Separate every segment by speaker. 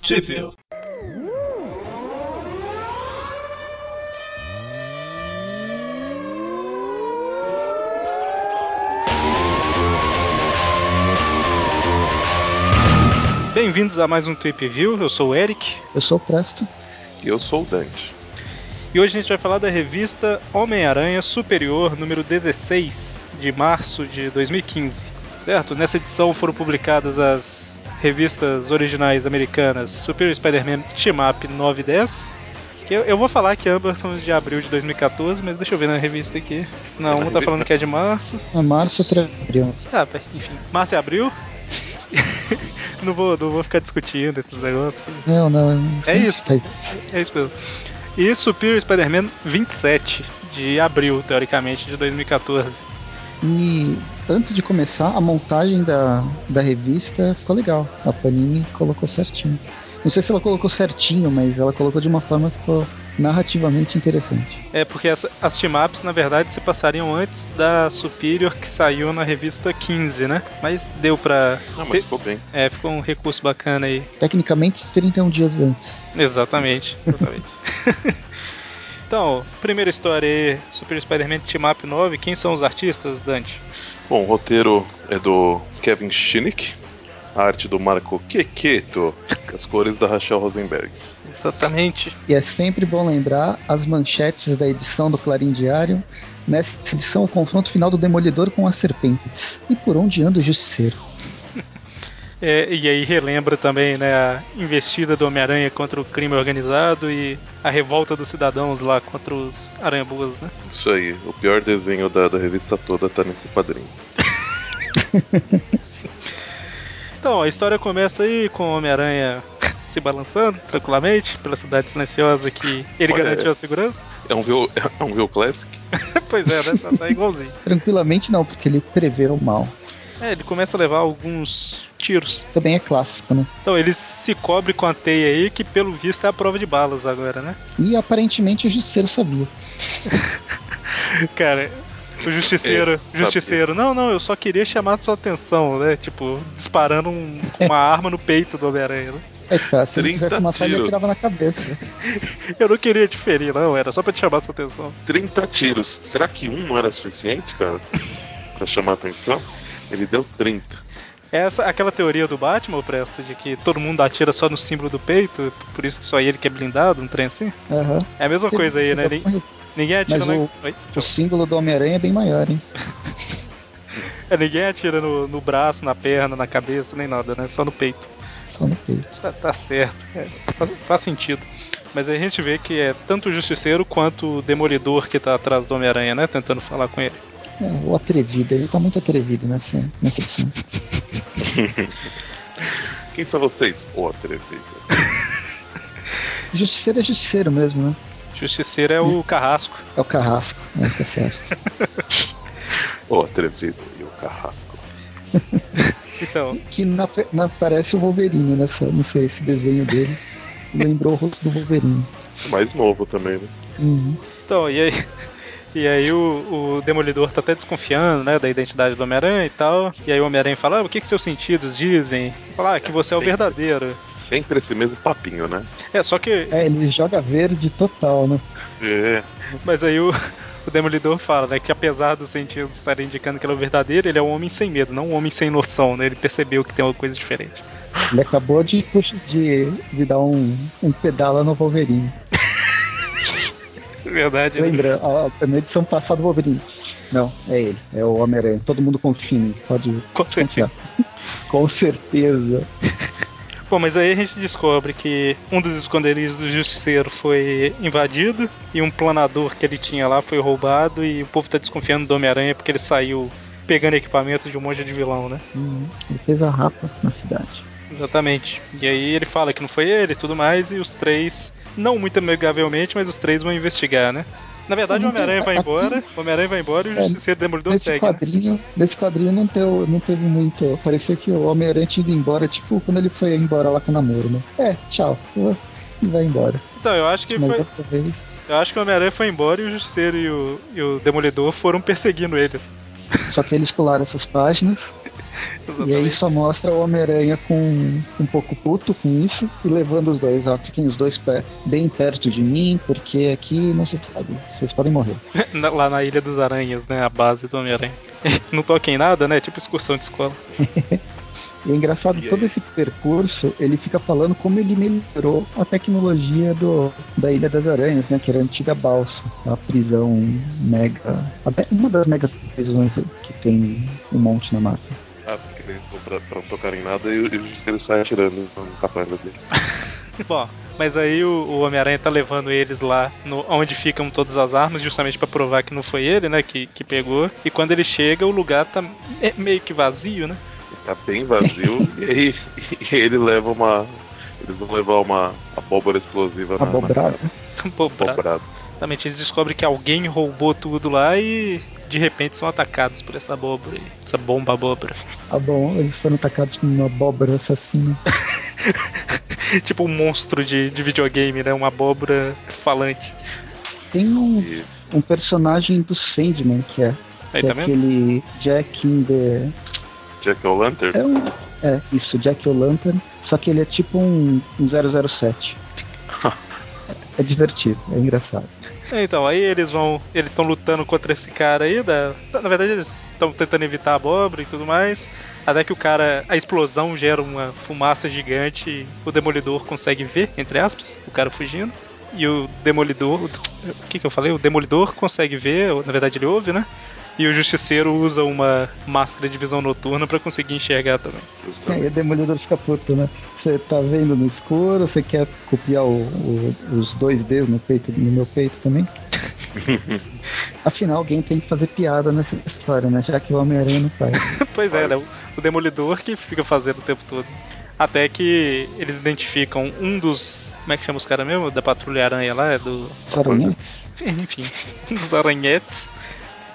Speaker 1: Possível. Bem-vindos a mais um Tweep View. Eu sou o Eric
Speaker 2: Eu sou o Presto.
Speaker 3: E eu sou o Dante.
Speaker 1: e hoje a gente vai falar da revista Homem-Aranha Superior, número 16 de março de 2015. Certo? Nessa edição foram publicadas as revistas originais americanas Superior Spider-Man Team Up 9 e 10. Eu, eu vou falar que ambas são de abril de 2014, mas deixa eu ver na revista aqui. Não, uma tá falando que é de março,
Speaker 2: É março, outra é abril.
Speaker 1: Tá, mas, enfim. Março e abril. não, vou, não vou ficar discutindo esses negócios.
Speaker 2: Não, não. Tá
Speaker 1: É isso.
Speaker 2: Faz-
Speaker 1: É isso mesmo. E Superior Spider-Man 27 de abril, teoricamente, de 2014.
Speaker 2: E antes de começar, a montagem da, da revista ficou legal. A Panini colocou certinho. Não sei se ela colocou certinho, mas ela colocou de uma forma que ficou narrativamente interessante.
Speaker 1: É, porque essa- as team-ups, na verdade, se passariam antes da Superior que saiu na revista 15, né? Mas deu pra.
Speaker 3: Não, mas ficou bem.
Speaker 1: É, ficou um recurso bacana aí.
Speaker 2: Tecnicamente, 31 dias antes.
Speaker 1: Exatamente, exatamente. então, primeira história aí: Superior Spider-Man Team Up 9. Quem são os artistas, Dante?
Speaker 3: Bom, o roteiro é do Kevin Shinnick, a arte do Marco Quequeto, as cores da Rachel Rosenberg.
Speaker 1: Exatamente.
Speaker 2: E é sempre bom lembrar as manchetes da edição do Clarim Diário. Nessa edição, o confronto final do Demolidor com as serpentes. E por onde anda o Justiceiro?
Speaker 1: É, e aí relembra também né, a investida do Homem-Aranha contra o crime organizado e a revolta dos cidadãos lá contra os aranhabuas, né?
Speaker 3: Isso aí, o pior desenho da, da revista toda tá nesse quadrinho.
Speaker 1: Então, a história começa aí com o Homem-Aranha se balançando tranquilamente pela cidade silenciosa que ele
Speaker 3: Olha,
Speaker 1: garantiu a segurança.
Speaker 3: É um Rio, é um Rio Classic?
Speaker 1: pois é, né? Tá, tá igualzinho.
Speaker 2: Tranquilamente não, porque ele prevê o mal.
Speaker 1: É, ele começa a levar alguns tiros.
Speaker 2: Também é clássico, né?
Speaker 1: Então, ele se cobre com a teia aí, que pelo visto é a prova de balas agora, né?
Speaker 2: E aparentemente o Justiceiro sabia.
Speaker 1: Cara, o justiceiro,
Speaker 3: sabia.
Speaker 1: justiceiro, não, não, eu só queria chamar sua atenção, né? Tipo, disparando um- uma arma no peito do Homem-Aranha, né?
Speaker 2: É, tá, se ele
Speaker 3: 30
Speaker 2: quisesse matar, ele
Speaker 3: tiros.
Speaker 2: atirava na cabeça.
Speaker 1: Eu não queria te ferir, não, era só pra te chamar sua atenção.
Speaker 3: 30 tiros. Será que um não era suficiente, cara? Pra chamar a atenção? Ele deu 30.
Speaker 1: Essa, aquela teoria do Batman, Presta, de que todo mundo atira só no símbolo do peito, por isso que só ele que é blindado, um trem assim.
Speaker 2: Aham.
Speaker 1: É a mesma coisa aí, né? Nin- Ninguém atira
Speaker 2: Mas
Speaker 1: na...
Speaker 2: o-
Speaker 1: Oi?
Speaker 2: O símbolo do Homem-Aranha é bem maior, hein?
Speaker 1: É, Ninguém atira no, no braço, na perna, na cabeça, nem nada, né? Só no peito.
Speaker 2: Só no peito.
Speaker 1: Tá, tá certo, é, faz, faz sentido. Mas aí a gente vê que é tanto o Justiceiro quanto o Demolidor que tá atrás do Homem-Aranha, né? Tentando falar com ele.
Speaker 2: É, o atrevido, ele tá muito atrevido nessa, nessa edição.
Speaker 3: Quem são vocês? Ô, atrevido.
Speaker 2: Justiceiro é justiceiro mesmo, né?
Speaker 1: Justiceiro é o carrasco.
Speaker 2: É o carrasco, né? Tá certo.
Speaker 3: Ô, atrevido. E o carrasco.
Speaker 1: Então,
Speaker 2: Que na, na- parece o Wolverine nessa, não sei, esse desenho dele. Lembrou o rosto do Wolverine.
Speaker 3: Mais novo também, né?
Speaker 2: Uhum.
Speaker 1: então e aí, e aí o, o Demolidor tá até desconfiando, né? Da identidade do Homem-Aranha e tal. E aí o Homem-Aranha fala: ah, o que, que seus sentidos dizem? Fala ah, que você é o verdadeiro.
Speaker 3: Sempre esse mesmo papinho, né?
Speaker 1: É, só que
Speaker 2: É, ele joga verde total, né?
Speaker 3: É.
Speaker 1: Mas aí o, o Demolidor fala, né, que apesar dos sentidos estarem indicando que ele é o verdadeiro, ele é um homem sem medo, não um homem sem noção, né? Ele percebeu que tem uma coisa diferente.
Speaker 2: Ele acabou de, puxa- de, de dar um, um pedala no Wolverine.
Speaker 1: Verdade. né?
Speaker 2: Lembra, a- a- na edição passada o Wolverine. Não, é ele, é o Homem-Aranha. Todo mundo confia em mim, pode
Speaker 1: Com certeza.
Speaker 2: confiar. Com certeza.
Speaker 1: Bom, mas aí a gente descobre que um dos esconderijos do Justiceiro foi invadido e um planador que ele tinha lá foi roubado e o povo tá desconfiando do Homem-Aranha porque ele saiu pegando equipamento de um monte de vilão, né?
Speaker 2: Hum, ele fez a rapa na cidade.
Speaker 1: Exatamente. E aí ele fala que não foi ele e tudo mais, e os três, não muito amigavelmente, mas os três vão investigar, né? Na verdade, o
Speaker 2: Não tem-
Speaker 1: Homem-Aranha vai
Speaker 2: aqui-
Speaker 1: embora, o Homem-Aranha vai embora e o
Speaker 2: É,
Speaker 1: Justiceiro Demolidor
Speaker 2: nesse,
Speaker 1: segue. né?
Speaker 2: quadrinho, nesse quadrinho não, teu, não teve muito. Parecia que o Homem-Aranha tinha ido embora, tipo quando ele foi embora lá com o namoro, né? É, tchau. E vai embora.
Speaker 1: Então, eu acho que
Speaker 2: Mas é.
Speaker 1: foi,
Speaker 2: dessa vez.
Speaker 1: eu acho que o Homem-Aranha foi embora e o Justiceiro e o, e o Demolidor foram perseguindo eles.
Speaker 2: Só que eles pularam essas páginas. E aí só mostra o Homem-Aranha com um pouco puto com isso e levando os dois, ó, fiquem os dois pé, bem perto de mim, porque aqui não se sabe, vocês podem morrer.
Speaker 1: Na- Lá na Ilha dos Aranhas, né? A base do Homem-Aranha. Não toquem nada, né? Tipo excursão de escola.
Speaker 2: E é engraçado,
Speaker 3: E aí?
Speaker 2: todo esse percurso, ele fica falando como ele melhorou a tecnologia do, da Ilha das Aranhas, né? Que era a antiga balsa, a prisão mega. até Uma das mega prisões que tem um monte na massa.
Speaker 3: Ah, porque ele falou pra, pra não tocar em nada e, e ele sai atirando um no capanga dele.
Speaker 1: Bom, mas aí o, o Homem-Aranha tá levando eles lá no, onde ficam todas as armas, justamente pra provar que não foi ele, né? Que, que pegou. E quando ele chega, o lugar tá me- meio que vazio, né?
Speaker 3: Ele Tá bem vazio e, aí- e ele leva uma. Eles vão levar uma abóbora explosiva na-
Speaker 2: Abobrada.
Speaker 1: Pô,
Speaker 3: na
Speaker 1: pra-
Speaker 3: abobrada.
Speaker 1: Exatamente, eles descobrem que alguém roubou tudo lá e de repente são atacados por essa abóbora aí. Essa bomba abóbora.
Speaker 2: Ah bom, eles foram atacados por uma abóbora assassina.
Speaker 1: tipo um monstro de, de videogame, né? Uma abóbora falante.
Speaker 2: Tem um,
Speaker 3: E
Speaker 2: um personagem do Sandman que é,
Speaker 1: Aí
Speaker 2: que é
Speaker 1: tá vendo?
Speaker 2: aquele Jack in the
Speaker 3: Jack O'Lantern?
Speaker 2: É, um, é isso, Jack O'Lantern, só que ele é tipo um, um 007. é divertido, é engraçado.
Speaker 1: É, Então, aí eles vão. Eles estão lutando contra esse cara aí. Da, na verdade, eles estão tentando evitar a abóbora e tudo mais. Até que o cara. A explosão gera uma fumaça gigante. e o demolidor consegue ver, entre aspas, o cara fugindo. E o demolidor. O que, que eu falei? O demolidor consegue ver, ou, na verdade ele ouve, né? E o justiceiro usa uma máscara de visão noturna pra conseguir enxergar também.
Speaker 2: E aí o Demolidor fica puto, né? Você tá vendo no escuro, você quer copiar o- o- os dois Ds no, peito, no meu peito também? Afinal, alguém tem que fazer piada nessa história, né? Já que o Homem-Aranha não faz.
Speaker 1: Pois é,
Speaker 3: Claro.
Speaker 1: né? O- O Demolidor que fica fazendo o tempo todo. Até que eles identificam um dos. Como é que chama os caras mesmo? Da Patrulha Aranha lá? é Do.
Speaker 2: Saranhão?
Speaker 1: Enfim, um dos aranhetes.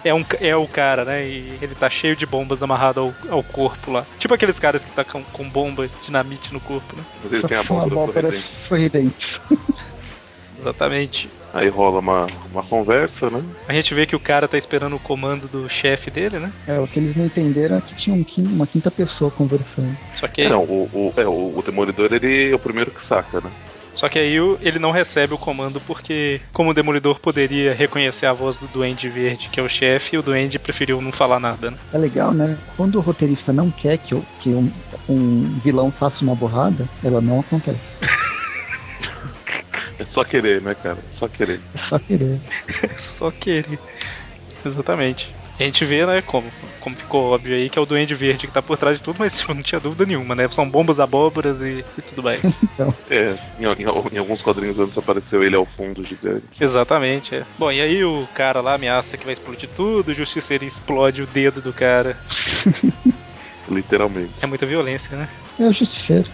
Speaker 1: É, um, ca- é o cara, né? E ele tá cheio de bombas amarrado ao, ao corpo lá. Tipo aqueles caras que tá com, com bomba, dinamite no corpo, né?
Speaker 3: Mas ele tem a
Speaker 2: Uma
Speaker 3: abóbora
Speaker 2: abóbora
Speaker 3: sorridente.
Speaker 2: sorridente.
Speaker 1: Exatamente.
Speaker 3: Aí rola uma, uma conversa, né?
Speaker 1: A gente vê que o cara tá esperando o comando do chefe dele, né?
Speaker 2: É, o que eles não entenderam é que tinha um quin- uma quinta pessoa conversando.
Speaker 1: Só que,
Speaker 3: Não, o, o, é, o, o Demolidor ele é o primeiro que saca, né?
Speaker 1: só que aí o- ele não recebe o comando porque, como o Demolidor poderia reconhecer a voz do Duende Verde, que é o chefe, o Duende preferiu não falar nada, né?
Speaker 2: É legal, né? Quando o roteirista não quer que, o- que um, um vilão faça uma borrada, ela não acontece.
Speaker 3: É só querer, né, cara? É só querer.
Speaker 2: É só querer.
Speaker 1: Só que ele. Exatamente. A gente vê, né, como, como ficou óbvio aí, que é o Duende Verde que tá por trás de tudo, mas tipo, não tinha dúvida nenhuma, né? São bombas abóboras e, e tudo mais.
Speaker 3: É, em, em- em alguns quadrinhos antes apareceu ele ao fundo gigante.
Speaker 1: Exatamente, é. Bom, e aí o cara lá ameaça que vai explodir tudo, o justiceiro explode o dedo do cara.
Speaker 3: Literalmente.
Speaker 1: É muita violência, né?
Speaker 2: É o justiceiro.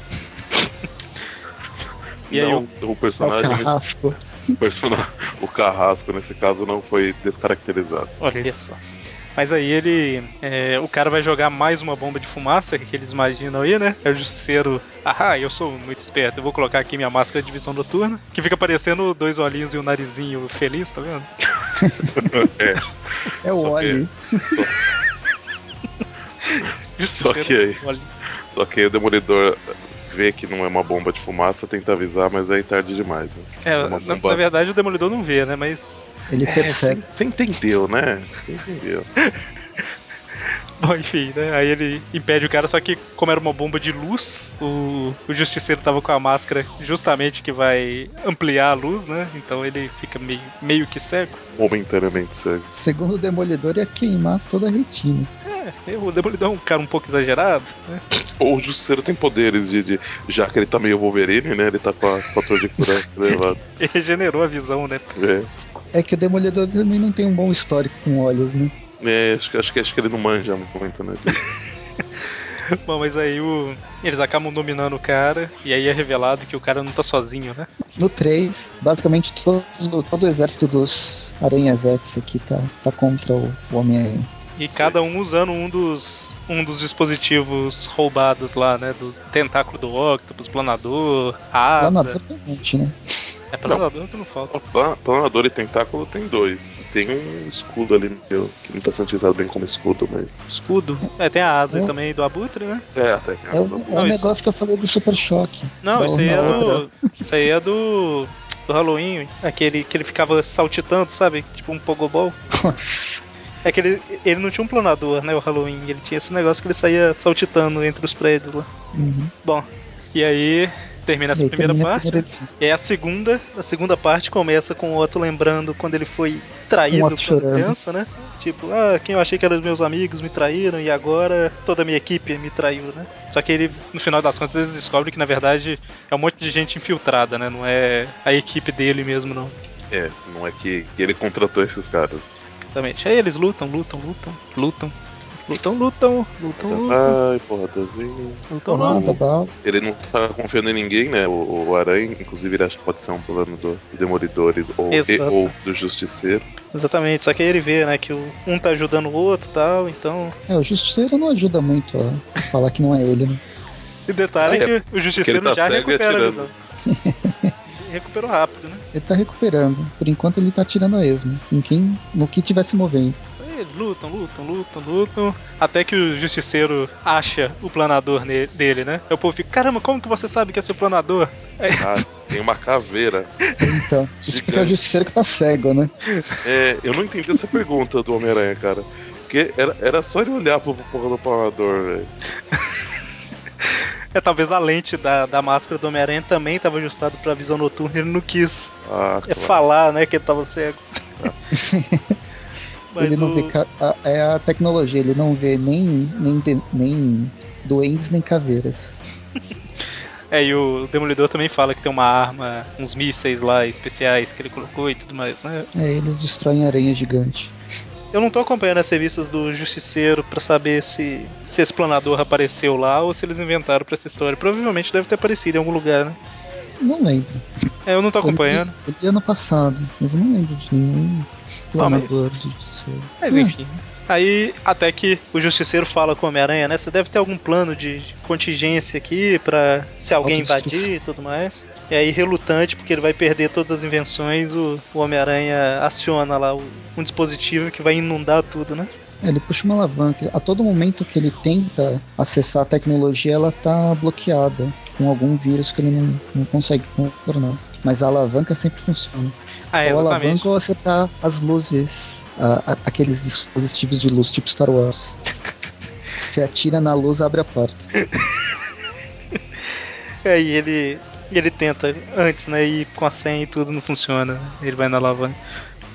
Speaker 1: E aí,
Speaker 3: não, o
Speaker 2: É o
Speaker 3: personagem,
Speaker 2: carrasco.
Speaker 3: o, persona- o carrasco nesse caso não foi descaracterizado.
Speaker 1: Olha só. Mas aí ele. é, o cara vai jogar mais uma bomba de fumaça, que eles imaginam aí, né? É o justiceiro. Ah, eu sou muito esperto, eu vou colocar aqui minha máscara de visão noturna, que fica parecendo dois olhinhos e um narizinho feliz, tá vendo?
Speaker 3: é,
Speaker 2: É o
Speaker 3: Só
Speaker 2: óleo.
Speaker 1: Justiceiro. olha.
Speaker 3: só que aí o Demolidor vê que não é uma bomba de fumaça, tenta avisar, mas aí é tarde demais. Né?
Speaker 1: É,
Speaker 3: Uma
Speaker 1: na,
Speaker 3: bomba.
Speaker 1: na verdade o demolidor não vê, né? Mas.
Speaker 2: Ele
Speaker 3: Você
Speaker 2: persegue.
Speaker 3: você entendeu, né? Você entendeu.
Speaker 1: Bom, enfim, né? Aí ele impede o cara, só que como era uma bomba de luz, o, o justiceiro tava com a máscara justamente que vai ampliar a luz, né? Então ele fica meio, meio que cego.
Speaker 3: Momentaneamente cego.
Speaker 2: Segundo o Demolidor, ia queimar toda a retina.
Speaker 1: É, o demolidor é um cara um pouco exagerado, né?
Speaker 3: Ou o Justiceiro tem poderes de, de- Já que ele tá meio Wolverine, né? Ele tá com a fator de cura elevado.
Speaker 1: Ele regenerou a visão, né?
Speaker 3: É.
Speaker 2: É que o Demolidor também não tem um bom histórico com óleos, né?
Speaker 3: É, acho, que- acho que, acho que ele não manja muito, né? disso.
Speaker 1: Bom, mas aí o... eles acabam dominando o cara, e aí é revelado que o cara não tá sozinho, né?
Speaker 2: No 3, basicamente todo, todo o exército dos Aranhas X aqui tá, tá contra o, o Homem-Aranha.
Speaker 1: E
Speaker 3: Sim.
Speaker 1: cada um usando um dos, um dos dispositivos roubados lá, né? Do tentáculo do octopus, planador, a
Speaker 2: Lá
Speaker 1: asa.
Speaker 2: na dor tem um monte, né?
Speaker 1: É planador que não falta.
Speaker 3: Plan- Planador e tentáculo tem dois. Tem um escudo ali meu, que não tá santizado bem como escudo, mas.
Speaker 1: Escudo. É, tem a asa
Speaker 2: É.
Speaker 1: também do abutre, né?
Speaker 3: É, até que
Speaker 2: É o, é o
Speaker 1: Não, isso-
Speaker 2: negócio que eu falei do Super Choque.
Speaker 1: Não,
Speaker 2: Da
Speaker 1: isso aí é
Speaker 2: outra.
Speaker 1: do. Isso aí é do. Do Halloween, aquele que ele ficava saltitando, sabe? Tipo um pogobol. É que ele, ele não tinha um planador, né? O Halloween. Ele tinha esse negócio que ele saía saltitando entre os prédios lá.
Speaker 2: Uhum.
Speaker 1: Bom, e aí termina essa
Speaker 2: E aí
Speaker 1: primeira
Speaker 2: termina a
Speaker 1: parte.
Speaker 2: primeira edição.
Speaker 1: E aí a segunda, a segunda parte começa com o Otto lembrando quando ele foi traído
Speaker 2: Um
Speaker 1: quando
Speaker 2: Otto chorando.
Speaker 1: criança, né? Tipo, ah, quem eu achei que eram os meus amigos me traíram e agora toda a minha equipe me traiu, né? Só que ele, no final das contas, eles descobrem que na verdade é um monte de gente infiltrada, né? Não é a equipe dele mesmo, não.
Speaker 3: É, não é que que ele contratou esses caras.
Speaker 1: Exatamente. Aí eles lutam, lutam, lutam, lutam. Lutam, lutam, lutam, lutam,
Speaker 3: Ai, porra, Dazinho.
Speaker 1: lutam,
Speaker 2: Porrada,
Speaker 1: lutam.
Speaker 3: Não.
Speaker 2: bala.
Speaker 3: Ele não tá confiando em ninguém, né? O, o Aranha, inclusive, ele acha que pode ser um plano do Demolidor e- ou, e-
Speaker 1: Exato.
Speaker 3: ou do Justiceiro.
Speaker 1: Exatamente, só que aí ele vê, né, que o- um tá ajudando o outro e tal, então
Speaker 2: É, o Justiceiro não ajuda muito a falar que não é ele, né?
Speaker 1: E detalhe
Speaker 3: Ah, é.
Speaker 1: que o
Speaker 3: Que
Speaker 1: Justiceiro
Speaker 3: ele tá
Speaker 1: já
Speaker 3: cego e
Speaker 1: recupera a
Speaker 3: atirando.
Speaker 1: visão. Recuperou rápido, né?
Speaker 2: Ele tá recuperando. Por enquanto ele tá tirando a esmo. Em quem, no que tiver se movendo.
Speaker 1: Isso aí, lutam, lutam, lutam, lutam. Até que o Justiceiro acha o planador ne- dele, né? Aí o povo fica, caramba, como que você sabe que é seu planador?
Speaker 3: Ah, tem uma caveira.
Speaker 2: Então, isso porque é o
Speaker 3: Gigante.
Speaker 2: Justiceiro que tá cego, né?
Speaker 3: É, eu não entendi essa pergunta do Homem-Aranha, cara. Porque era, era só ele olhar pro porra do planador, velho.
Speaker 1: É, talvez a lente da, da máscara do Homem-Aranha também estava ajustada pra visão noturna e ele não quis
Speaker 3: Ah,
Speaker 1: é,
Speaker 3: claro.
Speaker 1: falar, né, que ele tava cego.
Speaker 2: ele não
Speaker 1: o-
Speaker 2: vê. ca- a- é a tecnologia, ele não vê nem, nem, de- nem doentes nem caveiras.
Speaker 1: É, e o Demolidor também fala que tem uma arma, uns mísseis lá especiais que ele colocou e tudo mais, né?
Speaker 2: É, eles destroem aranha gigante.
Speaker 1: Eu não tô acompanhando as revistas do Justiceiro pra saber se, se esse planador apareceu lá ou se eles inventaram pra essa história. Provavelmente deve ter aparecido em algum lugar, né?
Speaker 2: Não lembro.
Speaker 1: É, eu não tô
Speaker 2: Uhum.
Speaker 1: acompanhando.
Speaker 2: Eu li ano passado, mas eu não lembro de nenhum
Speaker 1: Talvez.
Speaker 2: planador de Justiceiro.
Speaker 1: Mas enfim. Aí, até que o Justiceiro fala com o Homem-Aranha, né? Você deve ter algum plano de contingência aqui pra se alguém
Speaker 2: Autodestruição.
Speaker 1: invadir e tudo mais. E aí, relutante, porque ele vai perder todas as invenções, o, o Homem-Aranha aciona lá o- um dispositivo que vai inundar tudo, né?
Speaker 2: É, Ele puxa uma alavanca. A todo momento que ele tenta acessar a tecnologia, ela tá bloqueada com algum vírus que ele não, não consegue contornar. Mas a alavanca sempre funciona.
Speaker 1: Ah,
Speaker 2: ou a
Speaker 1: exatamente.
Speaker 2: alavanca ou acertar as luzes, a- a- aqueles dispositivos de luz, tipo Star Wars. Você atira na luz, abre a porta.
Speaker 1: Aí É, ele ele tenta antes, né? E com a senha e tudo não funciona. né, Ele vai na alavanca.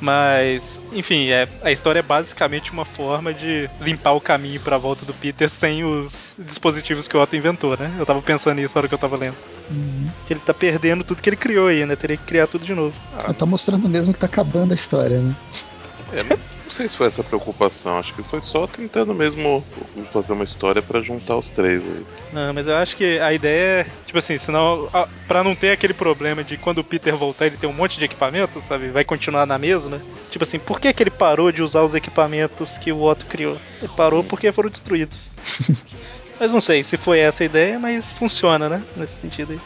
Speaker 1: Mas, enfim, é, a história é basicamente uma forma de limpar o caminho pra volta do Peter sem os dispositivos que o Otto inventou, né? Eu tava pensando nisso na hora que eu tava lendo.
Speaker 2: Uhum.
Speaker 1: Que ele tá perdendo tudo que ele criou aí, né? Teria que criar tudo de novo.
Speaker 3: Ah,
Speaker 2: Tá mostrando mesmo que tá acabando a história, né?
Speaker 3: É, não, não sei se foi essa preocupação, acho que foi só tentando mesmo fazer uma história pra juntar os três aí.
Speaker 1: Não, mas eu acho que a ideia é, tipo assim, senão, a- pra não ter aquele problema de quando o Peter voltar ele tem um monte de equipamento, sabe? Vai continuar na mesma. Tipo assim, por que, que ele parou de usar os equipamentos que o Otto criou? Ele parou porque foram destruídos. mas não sei se foi essa a ideia, mas funciona, né? Nesse sentido aí.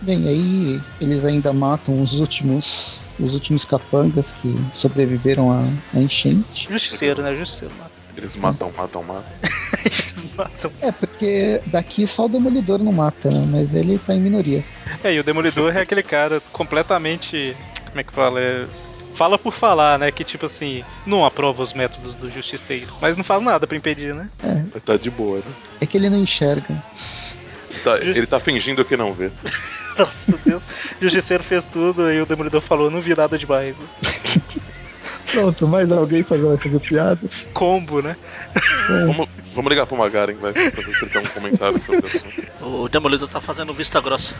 Speaker 2: Bem, aí eles ainda matam os últimos os últimos capangas que sobreviveram à, à enchente.
Speaker 1: Justiceiro, né? Justiceiro mata.
Speaker 3: Eles matam, matam, matam.
Speaker 1: Eles matam.
Speaker 2: É, porque daqui só o Demolidor não mata, né? mas ele tá em minoria.
Speaker 1: É, e o Demolidor é aquele cara completamente. Como é que fala? É, fala por falar, né? Que tipo assim, não aprova os métodos do Justiceiro. Mas não faz nada pra impedir, né?
Speaker 3: Mas Tá de boa, né?
Speaker 2: É que ele não enxerga.
Speaker 3: Tá, ele tá fingindo que não vê.
Speaker 1: Nossa, Deus. O Justiceiro fez tudo e o Demolidor falou, não vi nada demais.
Speaker 2: Pronto, mais alguém pra fazer piada?
Speaker 1: Combo, né?
Speaker 3: Vamos, vamos ligar pro Magaren, vai, pra ver se ele tem um comentário sobre isso.
Speaker 4: O Demolidor tá fazendo vista grossa.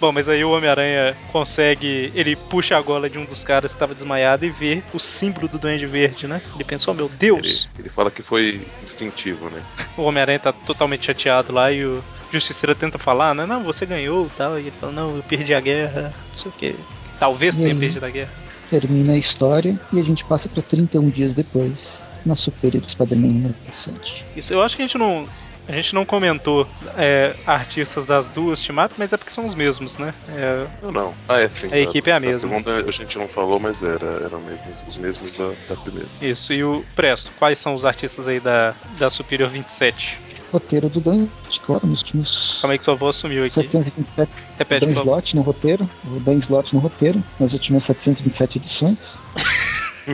Speaker 1: Bom, mas aí o Homem-Aranha consegue. Ele puxa a gola de um dos caras que tava desmaiado e vê o símbolo do Duende Verde, né? Ele pensou, meu
Speaker 3: Ele,
Speaker 1: Deus!
Speaker 3: ele fala que foi instintivo, né?
Speaker 1: O Homem-Aranha tá totalmente chateado lá e o Justiceiro tenta falar, né? Não, você ganhou e tal. E ele fala, não, eu perdi a guerra, não sei o quê. Talvez
Speaker 2: E
Speaker 1: tenha
Speaker 2: aí?
Speaker 1: perdido a guerra.
Speaker 2: Termina a história e um a gente passa pra 31 dias depois, na Superior do Spider-Man 97.
Speaker 1: Isso, eu acho que a gente não. A gente não comentou é, artistas das duas Timato, mas é porque são os mesmos, né? É,
Speaker 3: Não, não. Ah, é sim.
Speaker 1: A equipe é a mesma.
Speaker 3: segunda a gente não falou, mas era, eram mesmos- os mesmos da, da primeira.
Speaker 1: isso. E o Presto, quais são os artistas aí da, da Superior 27?
Speaker 2: Roteiro do Dan Scott, nos últimos
Speaker 1: Calma aí que sua voz sumiu aqui.
Speaker 2: 727
Speaker 1: Repete,
Speaker 2: Dan
Speaker 1: por favor.
Speaker 2: Slott no roteiro, o Dan Slott no roteiro, nas últimas 727 edições.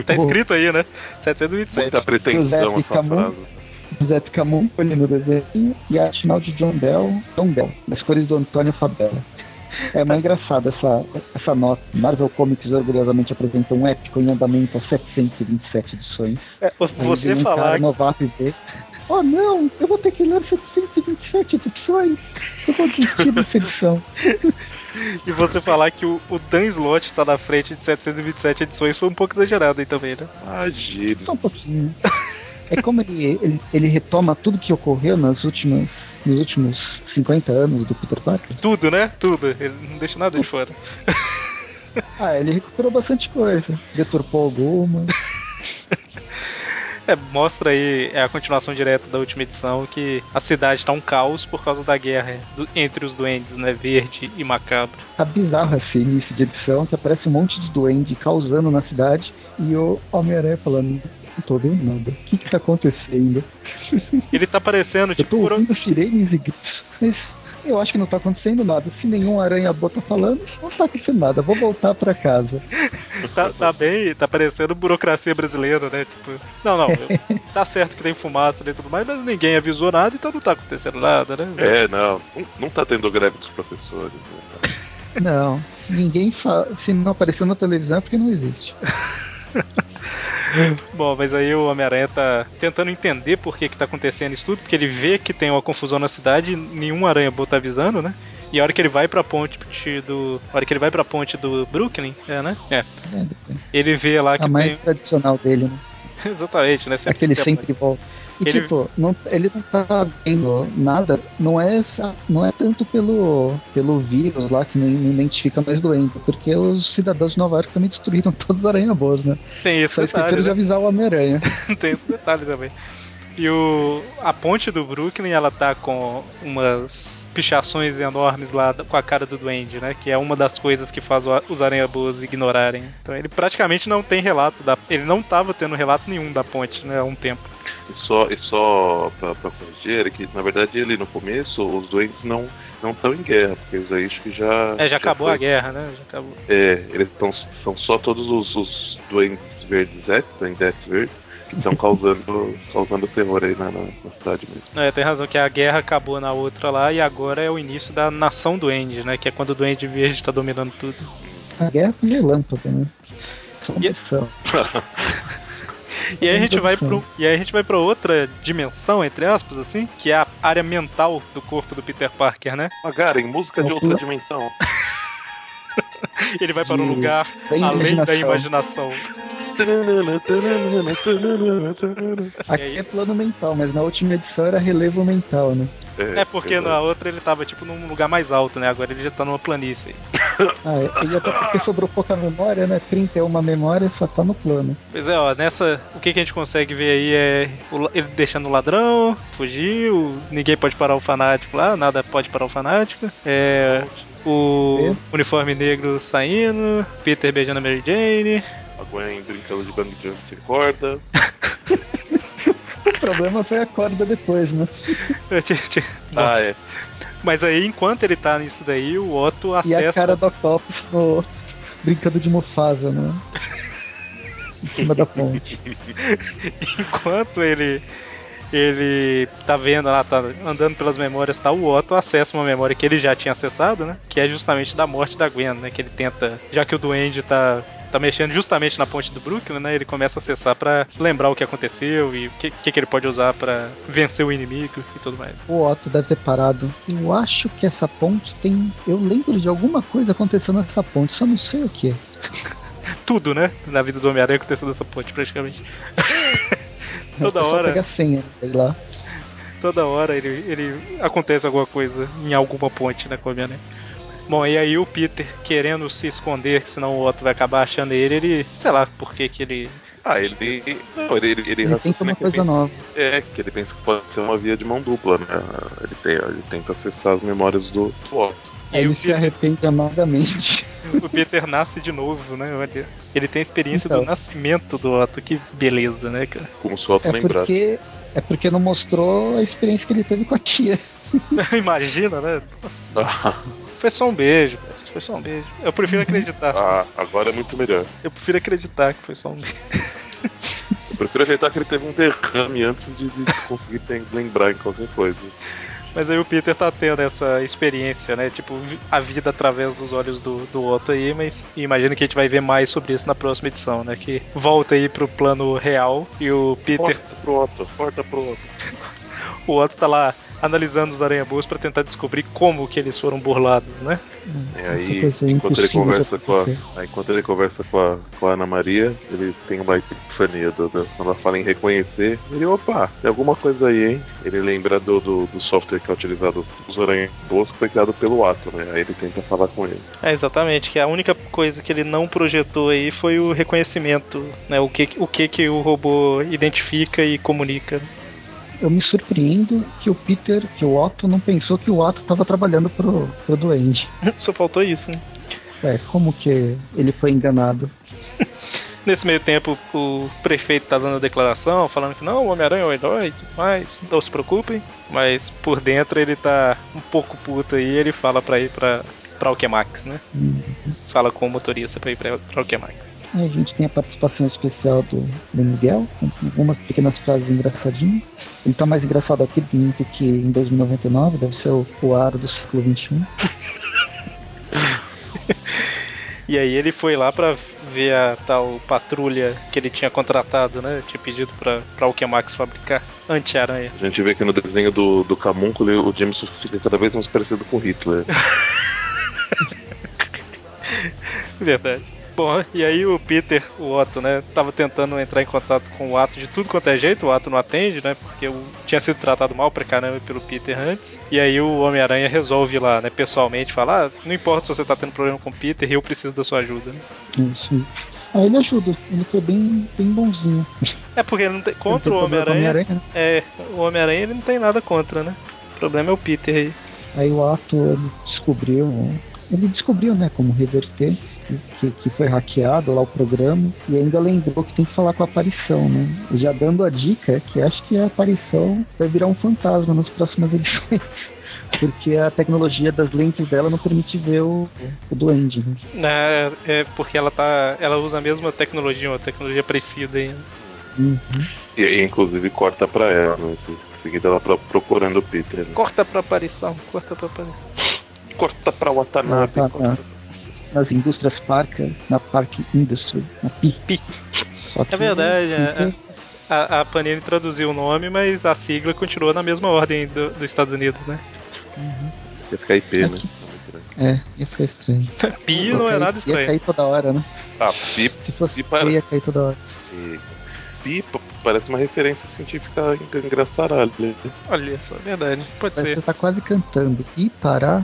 Speaker 1: Tá escrito aí, né? 727.
Speaker 3: Muita pretensão
Speaker 2: José
Speaker 3: essa
Speaker 2: Camus.
Speaker 3: frase.
Speaker 2: José Camulli no desenho e a arte final de John Bell, John Bell, nas cores do Antônio Fabella. É mais engraçado essa, essa nota. Marvel Comics orgulhosamente apresenta um épico em andamento a 727 edições.
Speaker 1: É,
Speaker 2: Aí
Speaker 1: Você
Speaker 2: vem um cara
Speaker 1: falar
Speaker 2: novato e vê. Oh não, eu vou ter que ler 727 edições. Eu vou desistir dessa edição.
Speaker 1: E você falar que o, o Dan Slott tá na frente de 727 edições foi um pouco exagerado aí também, né?
Speaker 3: Imagina.
Speaker 2: Só um pouquinho. É como ele, ele, ele retoma tudo que ocorreu nas últimas, nos últimos 50 anos do Peter Parker.
Speaker 1: Tudo, né? Tudo. Ele não deixa nada de fora.
Speaker 2: Ah, ele recuperou bastante coisa. Deturpou alguma.
Speaker 1: É, mostra aí é a continuação direta da última edição que a cidade tá um caos por causa da guerra do- entre os duendes, né? Verde e macabro.
Speaker 2: Tá bizarro esse início de edição, que aparece um monte de duende causando na cidade e o Homem-Aranha falando, não tô vendo nada. O que que tá acontecendo?
Speaker 1: Ele tá parecendo
Speaker 2: Eu
Speaker 1: tipo.
Speaker 2: tô
Speaker 1: por-
Speaker 2: ouvindo sirenes e gritos, mas eu acho que não tá acontecendo nada. Se nenhum aranha boa tá falando, não tá acontecendo nada. Vou voltar pra casa.
Speaker 1: Tá, tá bem, tá parecendo burocracia brasileira, né? Tipo, não, não, eu- tá certo que tem fumaça né, e tudo mais, mas ninguém avisou nada, então não tá acontecendo nada, né?
Speaker 3: É, não. não- Não tá tendo greve dos professores. Né?
Speaker 2: Não, ninguém fala. Se não apareceu na televisão é porque não existe.
Speaker 1: Bom, mas aí o Homem-Aranha tá tentando entender por que que tá acontecendo isso tudo, porque ele vê que tem uma confusão na cidade e nenhum aranha-boa tá avisando, né? E a hora que ele vai pra ponte do... A hora que ele vai pra ponte do Brooklyn, é, né? É.
Speaker 2: É, depende.
Speaker 1: Ele vê lá É que
Speaker 2: a mais tradicional dele, né?
Speaker 1: tem... Exatamente, né?
Speaker 2: Aquele
Speaker 1: tem-
Speaker 2: É sempre volta. E
Speaker 1: Ele-
Speaker 2: tipo, não, ele não tá vendo nada, não é, essa- não é tanto pelo, pelo vírus lá que não, não identifica mais doente, porque os cidadãos de Nova York também destruíram todos os aranha-boas, né?
Speaker 1: Tem esse
Speaker 2: Só
Speaker 1: detalhe,
Speaker 2: esqueceram
Speaker 1: né?
Speaker 2: de avisar o Homem-Aranha.
Speaker 1: tem esse detalhe também. E o, a ponte do Brooklyn, ela tá com umas pichações enormes lá da- com a cara do Duende, né? Que é uma das coisas que faz o a- os aranha-boas ignorarem. Então ele praticamente não tem relato da... Ele não tava tendo relato nenhum da ponte, né? Há um tempo.
Speaker 3: E só, e só pra, pra corrigir, é que na verdade ali no começo os doentes não não estão em guerra, porque eles aí acho que já.
Speaker 1: É, já acabou
Speaker 3: foi-
Speaker 1: a guerra, né? Já acabou.
Speaker 3: É, eles tão, são só todos os, os doentes verdes, é, doentes verdes, que estão causando, causando terror aí na, na, na cidade mesmo.
Speaker 1: É, tem razão, que a guerra acabou na outra lá e agora é o início da nação Duende, né? Que é quando o Duende Verde tá dominando tudo.
Speaker 2: A guerra foi lâmpada, né? Então, Só uma
Speaker 1: E-
Speaker 2: missão.
Speaker 1: E aí a gente vai pro, e aí a gente vai para outra dimensão, entre aspas, assim, que é a área mental do corpo do Peter Parker, né?
Speaker 3: Ah, Garen, música
Speaker 2: É
Speaker 3: de outra dimensão.
Speaker 1: Ele vai para um
Speaker 2: Isso.
Speaker 1: lugar
Speaker 2: Tem
Speaker 1: além da
Speaker 2: imaginação.
Speaker 1: imaginação.
Speaker 2: Aqui é plano mental, mas na última edição era relevo mental, né?
Speaker 1: É porque na
Speaker 3: verdade.
Speaker 1: outra ele tava tipo num lugar mais alto, né? Agora ele já tá numa planície.
Speaker 2: Ah, e até porque sobrou pouca memória, né? 31 memória só tá no plano.
Speaker 1: Pois é, ó, nessa, o que, que a gente consegue ver aí é o la- ele deixando o ladrão, fugiu, ninguém pode parar o fanático lá, nada pode parar o fanático. É, o uniforme negro saindo, Peter beijando a Mary Jane.
Speaker 3: A Gwen brincando de bang jump sem corda.
Speaker 2: O problema foi a corda depois, né?
Speaker 1: Bom,
Speaker 3: Ah, é.
Speaker 1: Mas aí, enquanto ele tá nisso daí, o Otto
Speaker 2: E
Speaker 1: acessa.
Speaker 2: a cara do Octopus no... brincando de Mufasa, né? Em cima da ponte.
Speaker 1: Enquanto ele. Ele tá vendo lá, tá andando pelas memórias, tá? O Otto acessa uma memória que ele já tinha acessado, né? Que é justamente da morte da Gwen, né? Que ele tenta. Já que o Duende tá. Tá mexendo justamente na ponte do Brooklyn, né? Ele começa a acessar pra lembrar o que aconteceu e o que, que, que ele pode usar pra vencer o inimigo e tudo mais.
Speaker 2: O Otto deve ter parado. Eu acho que essa ponte tem. Eu lembro de alguma coisa acontecendo nessa ponte, só não sei o que.
Speaker 1: Tudo, né? Na vida do Homem-Aranha aconteceu nessa ponte, praticamente. Toda hora.
Speaker 2: Pega a senha, sei lá.
Speaker 1: Toda hora ele, ele acontece alguma coisa em alguma ponte, né, com a Homem-Aranha. Bom, e aí o Peter querendo se esconder, que senão o Otto vai acabar achando ele, ele, sei lá por que que ele
Speaker 3: Ah, ele. Não, ele, ele, ele
Speaker 2: Ele tenta
Speaker 3: raciocina
Speaker 2: uma
Speaker 3: né, que ele
Speaker 2: coisa nova.
Speaker 3: É, que ele pensa que pode ser uma via de mão dupla, né? Ele, tem, ele tenta acessar as memórias do, do Otto.
Speaker 1: E
Speaker 2: Aí ele
Speaker 1: o
Speaker 2: se
Speaker 1: Peter,
Speaker 2: arrepende amargamente.
Speaker 1: o Peter nasce de novo, né? Olha. Ele tem a experiência do
Speaker 2: Então.
Speaker 1: nascimento do Otto, que beleza, né, cara?
Speaker 3: Como se o Otto
Speaker 2: É
Speaker 3: lembrasse.
Speaker 2: porque, é porque não mostrou a experiência que ele teve com a tia.
Speaker 1: Imagina, né? Nossa,
Speaker 3: Ah,
Speaker 1: foi só um beijo, cara. Foi só um beijo. Eu prefiro acreditar.
Speaker 3: ah, agora é muito melhor.
Speaker 1: Eu prefiro acreditar que foi só um beijo.
Speaker 3: Eu prefiro acreditar que ele teve um derrame antes de, de conseguir tem- lembrar em qualquer coisa.
Speaker 1: Mas aí o Peter tá tendo essa experiência, né? Tipo, vi- a vida através dos olhos do, do Otto aí, mas imagino que a gente vai ver mais sobre isso na próxima edição, né? Que volta aí pro plano real e o Peter,
Speaker 3: Porta pro Otto, porta pro Otto.
Speaker 1: o Otto tá lá analisando os aranha-boas pra tentar descobrir como que eles foram burlados, né?
Speaker 3: E aí,
Speaker 2: Essa coisa é
Speaker 3: enquanto ele
Speaker 2: impossível
Speaker 3: conversa
Speaker 2: de
Speaker 3: com a,
Speaker 2: acontecer.
Speaker 3: aí, enquanto ele conversa com a, com a Ana Maria, ele tem uma epifania do, do- quando ela fala em reconhecer, ele, opa, tem alguma coisa aí, hein? Ele lembra do, do, do software que é utilizado os aranhas que foi criado pelo Ato, né? Aí ele tenta falar com ele.
Speaker 1: É, exatamente, que a única coisa que ele não projetou aí foi o reconhecimento, né? O que o, que, que o robô identifica e comunica.
Speaker 2: Eu me surpreendo que o Peter, que o Otto, não pensou que o Otto tava trabalhando pro, pro Duende.
Speaker 1: Só faltou isso, né?
Speaker 2: É, como que ele foi enganado?
Speaker 1: Nesse meio tempo, o prefeito tá dando a declaração, falando que não, o Homem-Aranha é um herói e tudo mais, não se preocupem. Mas por dentro ele tá um pouco puto aí, ele fala pra ir pra, pra Alquemax, né?
Speaker 2: Hum.
Speaker 1: Fala com o motorista pra ir pra, pra Alquemax.
Speaker 2: Aí a gente tem a participação especial do, do Miguel, com algumas pequenas frases engraçadinhas. Ele tá mais engraçado aqui do que em 2099, deve ser o, o ar do século um. XXI.
Speaker 1: E aí ele foi lá pra ver a tal patrulha que ele tinha contratado, né? Tinha pedido pra, pra Alquemax fabricar anti-aranha.
Speaker 3: A gente vê que no desenho do, do Camúnculo o Jameson fica cada vez mais parecido com Hitler.
Speaker 1: Verdade. Bom, e aí o Peter, o Otto, né, tava tentando entrar em contato com o Ato de tudo quanto é jeito, o Ato não atende, né, porque o- tinha sido tratado mal pra caramba pelo Peter antes. E aí o Homem-Aranha resolve ir lá, né, pessoalmente, falar, "Ah, não importa se você tá tendo problema com o Peter, eu preciso da sua ajuda, né.
Speaker 2: Isso. Aí ele ajuda, ele foi bem, bem bonzinho.
Speaker 1: É porque ele não tem,
Speaker 2: Ele
Speaker 1: contra
Speaker 2: tem
Speaker 1: o
Speaker 2: problema com o
Speaker 1: Homem-Aranha,
Speaker 2: Homem-Aranha, né?
Speaker 1: é, o Homem-Aranha ele não tem nada contra, né. O problema é o Peter aí.
Speaker 2: Aí o Ato ele descobriu, né? ele descobriu, né, como reverter, que- que, que foi hackeado lá o programa, e ainda lembrou que tem que falar com a aparição, né? E já dando a dica que acho que a aparição vai virar um fantasma nas próximas edições. Porque a tecnologia das lentes dela não permite ver o, o duende, né?
Speaker 1: Né, é porque ela tá, ela usa a mesma tecnologia, uma tecnologia parecida aí, né.
Speaker 3: E aí, inclusive, corta pra ela, né? Em seguida ela pro- procurando o Peter. né?
Speaker 1: Corta pra aparição, corta pra aparição.
Speaker 3: Corta pra Watanabe.
Speaker 2: Tá, tá.
Speaker 3: corta-
Speaker 2: Nas indústrias Parker, na Park Industry, na PI.
Speaker 1: Pi.
Speaker 2: Só que
Speaker 1: É verdade, é-
Speaker 2: Peter-
Speaker 1: A, a Panini traduziu o nome, mas a sigla continuou na mesma ordem do- dos Estados Unidos, né?
Speaker 3: Ia ficar IP, né?
Speaker 2: Aqui. Uhum. É, ia ficar estranho.
Speaker 1: Pi
Speaker 2: Uhum.
Speaker 1: não é nada
Speaker 2: Ia
Speaker 1: estranho.
Speaker 2: cair toda hora, né?
Speaker 3: Ah, pi,
Speaker 2: Se fosse
Speaker 3: E para-
Speaker 2: eu ia cair toda hora.
Speaker 3: pi p- parece uma referência científica né? en- engraçaralha.
Speaker 1: Olha só, é verdade. Pode
Speaker 2: Mas
Speaker 1: ser.
Speaker 2: você tá quase cantando. E parar.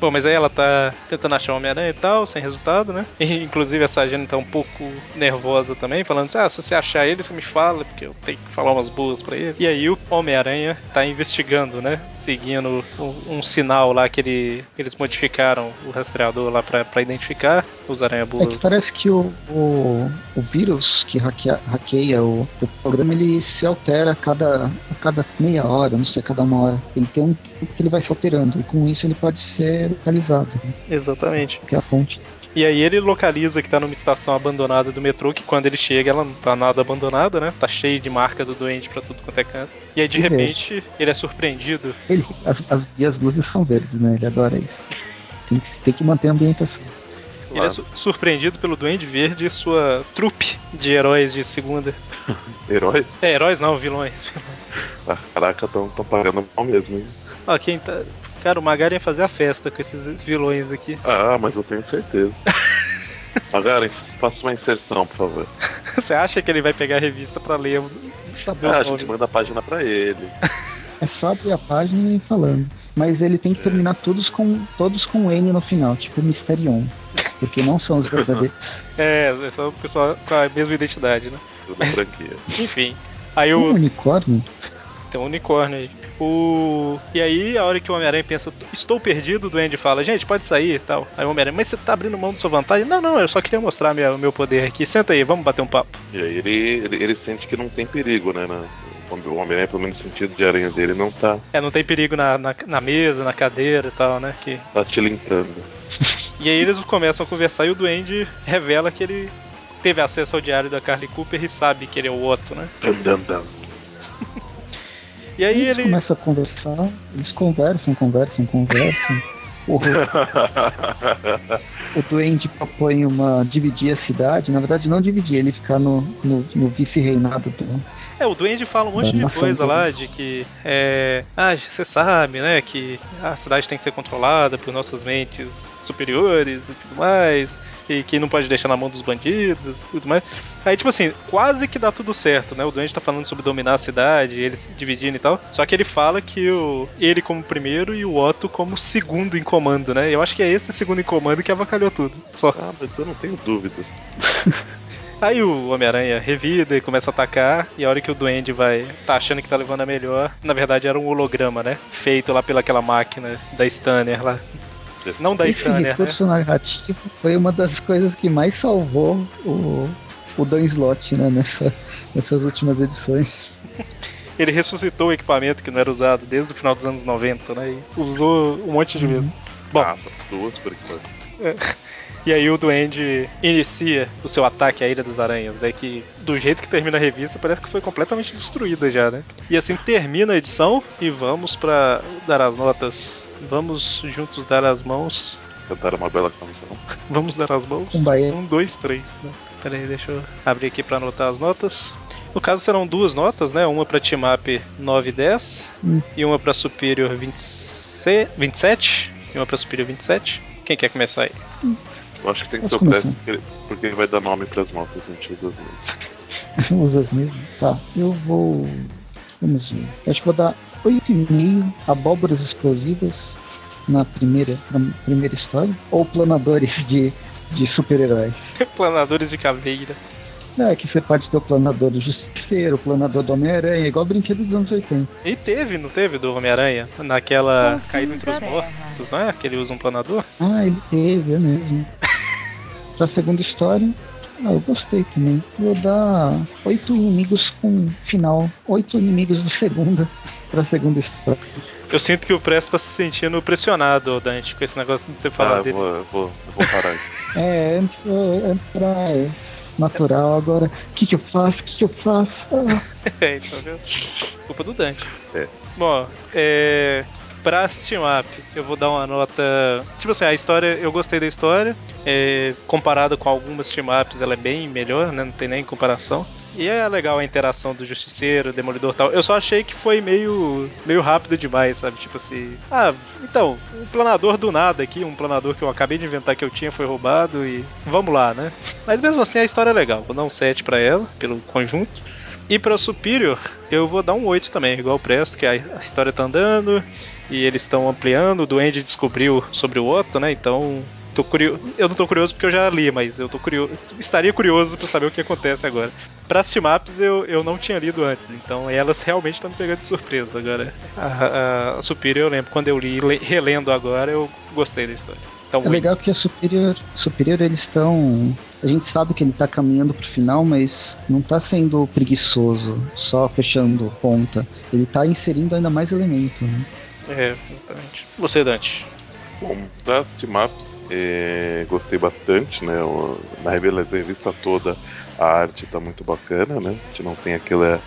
Speaker 1: Bom, mas aí ela tá tentando achar o Homem-Aranha e tal, sem resultado, né? E, inclusive essa agenda tá um pouco nervosa também, falando assim, ah, se você achar ele, você me fala, porque eu tenho que falar umas boas pra ele. E aí o Homem-Aranha tá investigando, né? Seguindo um, um sinal lá que ele, eles modificaram o rastreador lá pra, pra identificar os
Speaker 2: É
Speaker 1: aranha-boas.
Speaker 2: que parece que o, o, o vírus que hackea- hackeia o, o programa, ele se altera a cada, a cada meia hora, não sei, a cada uma hora. Ele tem um tempo que ele vai se alterando. E com isso ele pode ser localizado, né?
Speaker 1: Exatamente.
Speaker 2: que é a fonte.
Speaker 1: E aí ele localiza que tá numa estação abandonada do metrô, que quando ele chega ela não tá nada abandonada, né? Tá cheio de marca do doente pra tudo quanto é canto. E aí de
Speaker 2: Que
Speaker 1: repente ele é surpreendido.
Speaker 2: Ele, as, as, e as luzes são verdes, né? Ele adora isso. Tem que, tem que manter a ambientação.
Speaker 1: Ele é
Speaker 3: Claro.
Speaker 1: su- surpreendido pelo Duende Verde e sua trupe de heróis de segunda.
Speaker 3: Heróis?
Speaker 1: É, heróis não, vilões. vilões.
Speaker 3: Ah, caraca, estão pagando mal mesmo, hein?
Speaker 1: Ó, quem tá. Cara, o Magari ia fazer a festa com esses vilões aqui.
Speaker 3: Ah, mas eu tenho certeza. Agora, faça uma inserção, por favor.
Speaker 1: Você acha que ele vai pegar a revista pra ler, saber
Speaker 3: Ah,
Speaker 1: os
Speaker 3: a gente
Speaker 1: nomes?
Speaker 3: manda a página pra ele.
Speaker 2: É só abrir a página e ir um falando. Mas ele tem que terminar todos com todos com N no final, tipo Mysterion. porque não são os verdadeiros.
Speaker 1: É, é só o pessoal com a mesma identidade, né?
Speaker 3: Tudo franquia.
Speaker 1: Enfim. Aí
Speaker 2: Um
Speaker 1: o.
Speaker 2: unicórnio?
Speaker 1: Tem um unicórnio aí. O. E aí, a hora que o Homem-Aranha pensa, estou perdido, o Duende fala, gente, pode sair e tal. Aí o Homem-Aranha, mas você tá abrindo mão da sua vantagem? Não, não, eu só queria mostrar minha- o meu poder aqui. Senta aí, vamos bater um papo.
Speaker 3: E aí ele, ele, ele sente que não tem perigo, né? na- O Homem-Aranha, pelo menos no sentido de aranha dele, não tá,
Speaker 1: É, não tem perigo na, na, na mesa, na cadeira e tal, né? Que...
Speaker 3: tá tilintando.
Speaker 1: E aí eles começam a conversar e o Duende revela que ele teve acesso ao diário da Carly Cooper e sabe que ele é o Otto, né?
Speaker 3: Dam, dam, dam.
Speaker 1: E aí ele.
Speaker 2: começa a conversar, eles conversam, conversam, conversam. O, o duende propõe uma dividir a cidade, na verdade não dividir, ele ficar no, no, no vice-reinado do.
Speaker 1: É, o Duende fala um monte de
Speaker 2: Nossa,
Speaker 1: coisa
Speaker 2: então.
Speaker 1: lá, de que. É, ah, você sabe, né? Que a cidade tem que ser controlada por nossas mentes superiores e tudo mais. E que não pode deixar na mão dos bandidos e tudo mais. Aí, tipo assim, quase que dá tudo certo, né? O Duende tá falando sobre dominar a cidade, eles se dividindo e tal. Só que ele fala que o, ele como primeiro e o Otto como segundo em comando, né? Eu acho que é esse segundo em comando que avacalhou tudo. Só.
Speaker 3: Ah, mas eu não tenho dúvidas.
Speaker 1: Aí o Homem-Aranha revida e começa a atacar, e a hora que o Duende vai tá achando que tá levando a melhor, na verdade era um holograma, né? Feito lá pelaquela máquina da Stunner lá. Não da
Speaker 2: Esse
Speaker 1: Stunner, né?
Speaker 2: recurso narrativo foi uma das coisas que mais salvou o, o Dan Slot né, nessa- nessas últimas edições.
Speaker 1: Ele ressuscitou o equipamento que não era usado desde o final dos anos 90, né? E usou um monte de vezes. Bom,
Speaker 3: Ah, são duas por enquanto.
Speaker 1: e aí o Duende inicia o seu ataque à Ilha das Aranhas, né? Que do jeito que termina a revista, parece que foi completamente destruída já, né? E assim termina a edição e vamos pra dar as notas. Vamos juntos dar as mãos
Speaker 3: Cantaram uma bela canção.
Speaker 1: Vamos dar as mãos?
Speaker 2: Um baile.
Speaker 1: Um, dois, três. Né? Pera aí, deixa eu abrir aqui pra anotar as notas. No caso serão duas notas, né? Uma pra Timap 9 e 10
Speaker 2: Hum.
Speaker 1: e uma pra Superior 20, 27 e uma pra Superior 27. Quem quer começar aí?
Speaker 3: Eu acho que tem que
Speaker 2: Mas
Speaker 3: ser o
Speaker 2: como assim?
Speaker 3: Crash, porque- porque ele vai dar nome pras notas antigas mesmo.
Speaker 2: Usa as mesmas? Tá, eu vou. Vamos ver. Eu Acho que vou dar 8,5 abóboras explosivas na primeira, na primeira história. Ou planadores de, de super-heróis.
Speaker 1: Planadores de caveira.
Speaker 2: É, que você pode ter o planador do Justiceiro, o planador do Homem-Aranha, igual brinquedo dos anos 80.
Speaker 1: E teve, não teve, do Homem-Aranha? Naquela
Speaker 5: Confins
Speaker 1: Caído entre os
Speaker 5: da Terra.
Speaker 1: Mortos, não é? Que ele usa um planador?
Speaker 2: Ah, ele teve, é mesmo. pra segunda história. Ah, eu gostei também. Vou dar oito inimigos com final. Oito inimigos do segunda pra segunda história.
Speaker 1: Eu sinto que o Presto tá se sentindo pressionado, Dante, com esse negócio de você falar
Speaker 3: Ah, eu
Speaker 1: dele.
Speaker 3: vou, eu vou, eu vou parar aqui.
Speaker 2: É, antes eu- antes era é, natural, agora o que, que eu faço? O que, que eu faço? Ah,
Speaker 1: É, então, viu? Culpa do Dante.
Speaker 3: É.
Speaker 1: Bom, é. Pra Steam Up, eu vou dar uma nota. Tipo assim, a história, eu gostei da história. É, comparada com algumas Steam Ups, ela é bem melhor, né? Não tem nem comparação. E é legal a interação do Justiceiro, Demolidor e tal. Eu só achei que foi meio, meio rápido demais, sabe? Tipo assim. Ah, então, um planador do nada aqui, um planador que eu acabei de inventar que eu tinha foi roubado e. Vamos lá, né? Mas mesmo assim a história é legal. Vou dar um 7 pra ela, pelo conjunto. E pra Superior, eu vou dar um 8 também, igual o Presto, que a a história tá andando e eles estão ampliando. O Duende descobriu sobre o Otto, né? Então. Tô curioso. Eu não tô curioso porque eu já li, mas eu tô curioso. Estaria curioso pra saber o que acontece agora. Pra as team-ups eu, eu não tinha lido antes, então elas realmente estão me pegando de surpresa agora. A, a- a Superior eu lembro, quando eu li, le- relendo agora, eu gostei da história. Então,
Speaker 2: é legal que a Superior, Superior eles estão. A gente sabe que ele tá caminhando pro final, mas não tá sendo preguiçoso, só fechando ponta. Ele tá inserindo ainda mais elemento, né?
Speaker 1: É, exatamente. Você, Dante.
Speaker 3: Bom, da Timaps, é, gostei bastante, né? o- na revela- revista toda a arte tá muito bacana, né? A gente não tem aquela,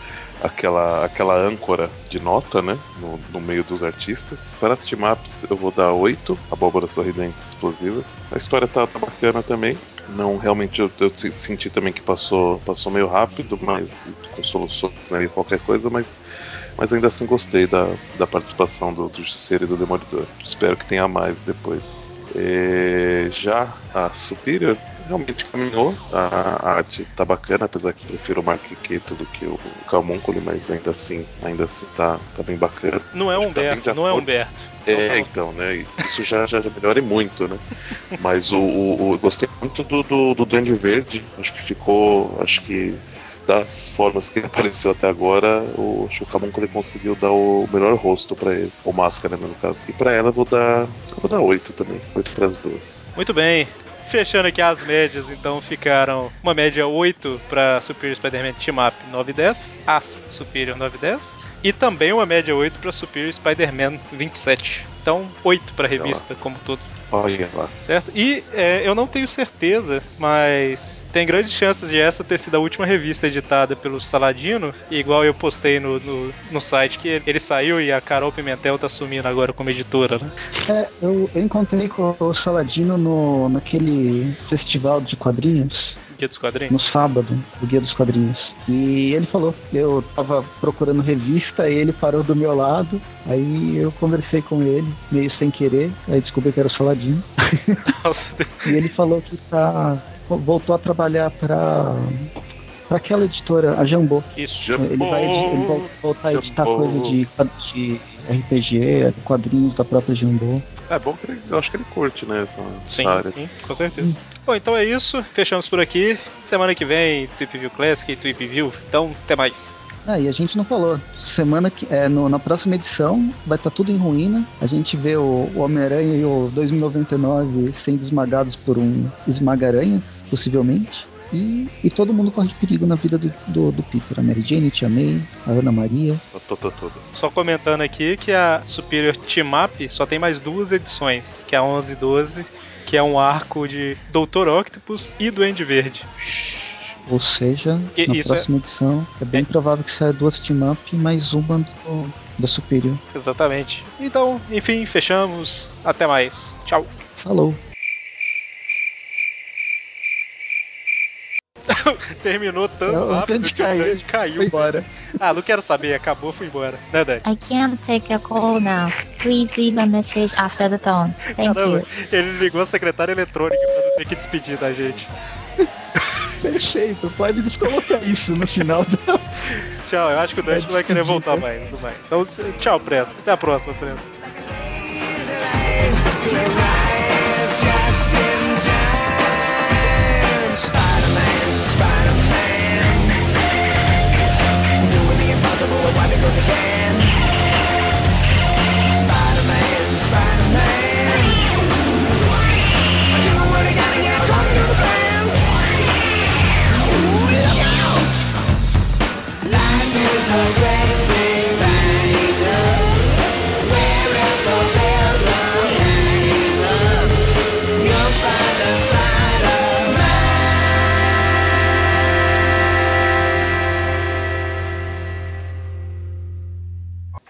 Speaker 3: aquela, aquela âncora de nota, né? No, no meio dos artistas. Para as Timaps eu vou dar 8, abóboras sorridentes explosivas. A história tá, tá bacana também. Não, realmente eu, eu se- senti também que passou, passou meio rápido, mas com soluções né, e qualquer coisa, mas mas ainda assim gostei da, da participação do, do Justiceiro e do Demolidor. Espero que tenha mais depois. É, já a Superior, realmente caminhou. A, a arte tá bacana, apesar que eu prefiro o Mark Keto do que o Calmúnculo, mas ainda assim, ainda assim tá, tá bem bacana.
Speaker 1: Não é
Speaker 3: Acho
Speaker 1: o
Speaker 3: que tá bem
Speaker 1: Humberto,
Speaker 3: de
Speaker 1: não é o
Speaker 3: acordo.
Speaker 1: Humberto.
Speaker 3: É,
Speaker 1: Então,
Speaker 3: então, né? Isso já, já, já melhora e muito, né? Mas o, o- o- gostei muito do, do, do Duende Verde. Acho que ficou. Acho que das formas que apareceu até agora, o Chucamunco ele conseguiu dar o melhor rosto pra ele. Ou máscara, né, no caso. E pra ela eu vou dar. Eu vou dar 8 também. 8 pras duas.
Speaker 1: Muito bem. Fechando aqui as médias, então ficaram uma média 8 para Superior Spider-Man Team Up 9 e 10, As Superior 9 e 10, e também uma média 8 para Superior Spider-Man 27. Então, 8 para a
Speaker 3: Olha lá.
Speaker 1: revista como todo,
Speaker 3: Olha lá.
Speaker 1: certo? E é, eu não tenho certeza, mas tem grandes chances de essa ter sido a última revista editada pelo Saladino, igual eu postei no, no, no site que ele, ele saiu e a Carol Pimentel tá assumindo agora como editora, né?
Speaker 2: É, eu, eu encontrei com o Saladino no, naquele festival de quadrinhos.
Speaker 1: Guia dos Quadrinhos.
Speaker 2: no sábado, do Guia dos Quadrinhos. E ele falou, eu tava procurando revista, ele parou do meu lado, aí eu conversei com ele, meio sem querer, aí descobri que era o Saladino,
Speaker 1: Nossa,
Speaker 2: e ele falou que tá voltou a trabalhar pra para aquela editora, a Jambô.
Speaker 1: isso.
Speaker 2: Ele vai, edi- ele vai voltar a editar
Speaker 3: Jambô.
Speaker 2: coisa de, de RPG, quadrinhos da própria Jambô.
Speaker 3: É bom que ele, eu acho que ele curte, né? Essa
Speaker 1: Sim,
Speaker 3: área.
Speaker 1: sim, com certeza. Bom, então é isso. Fechamos por aqui. Semana que vem, Tweep View Classic e Tweep View. Então, até mais.
Speaker 2: Ah, e a gente não falou. Semana que é, no- na próxima edição vai estar tudo em ruína. A gente vê o, o Homem-Aranha e o 2099 sendo esmagados por um esmagaranhas, possivelmente. E, e todo mundo corre perigo na vida do, do, do Peter. A Mary Jane, Tia May, a Ana Maria.
Speaker 3: Tô, tô, tô, tô.
Speaker 1: Só comentando aqui que a Superior Team Up só tem mais duas edições, que é a 11 e 12, que é um arco de Doutor Octopus e Duende Verde.
Speaker 2: Ou seja,
Speaker 1: Que
Speaker 2: na
Speaker 1: isso
Speaker 2: próxima edição é bem
Speaker 1: É.
Speaker 2: provável que saia duas team-up e mais uma do, da Superior.
Speaker 1: Exatamente. Então, enfim, fechamos. Até mais. Tchau.
Speaker 2: Falou.
Speaker 1: Terminou tanto
Speaker 2: Eu- eu
Speaker 1: rápido
Speaker 2: tentei
Speaker 1: que o
Speaker 2: cair. é.
Speaker 1: Duende caiu.
Speaker 2: Foi embora.
Speaker 1: Ah, não quero saber. Acabou, fui embora. Né, Dani?
Speaker 5: I can't take a call now. Please leave a message after the tone. Thank you.
Speaker 1: Caramba, ele ligou a secretária eletrônica pra não ter que despedir da gente.
Speaker 2: Perfeito. Pode descolocar isso no final da...
Speaker 1: Tchau, eu acho que o Dante não vai querer voltar
Speaker 2: Despedida.
Speaker 1: mais. Não vai. Então, tchau, Presto. Até a próxima, Presto.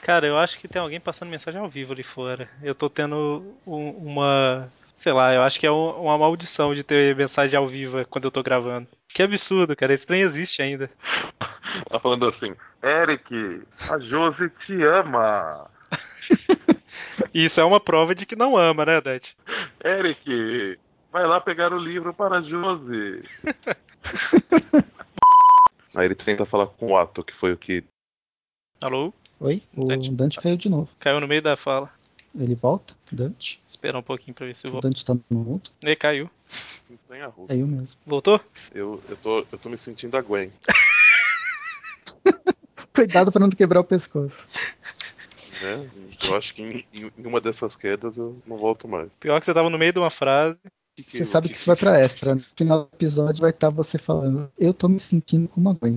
Speaker 1: Cara, eu acho que tem alguém passando mensagem ao vivo ali fora. Eu tô tendo um- uma. Sei lá, eu acho que é um- uma maldição de ter mensagem ao vivo quando eu tô gravando. Que absurdo, cara. Esse trem existe ainda.
Speaker 3: Tá falando assim, Eric, a Josi te ama.
Speaker 1: E isso é uma prova de que não ama, né, Dante?
Speaker 3: Eric, vai lá pegar o livro para a Josi. Aí ele tenta falar com o Ato, que foi o que.
Speaker 1: Alô?
Speaker 2: Oi? O
Speaker 1: Dante.
Speaker 2: Dante caiu de novo.
Speaker 1: Caiu no meio da fala.
Speaker 2: Ele volta? Dante?
Speaker 1: Esperar um pouquinho pra ver se
Speaker 2: O
Speaker 1: volta.
Speaker 2: Dante tá no mudo?
Speaker 1: Ele caiu.
Speaker 2: Caiu mesmo.
Speaker 1: Voltou?
Speaker 3: Eu, eu, tô, eu tô me sentindo a Gwen.
Speaker 2: Cuidado pra não quebrar o pescoço.
Speaker 3: Né? Eu acho que em, em- em uma dessas quedas eu não volto mais.
Speaker 1: Pior que você tava no meio de uma frase.
Speaker 3: Que que-
Speaker 2: Você
Speaker 3: o
Speaker 2: né? sabe que isso vai pra extra. No final do episódio vai estar você falando, eu tô me sentindo como uma mãe.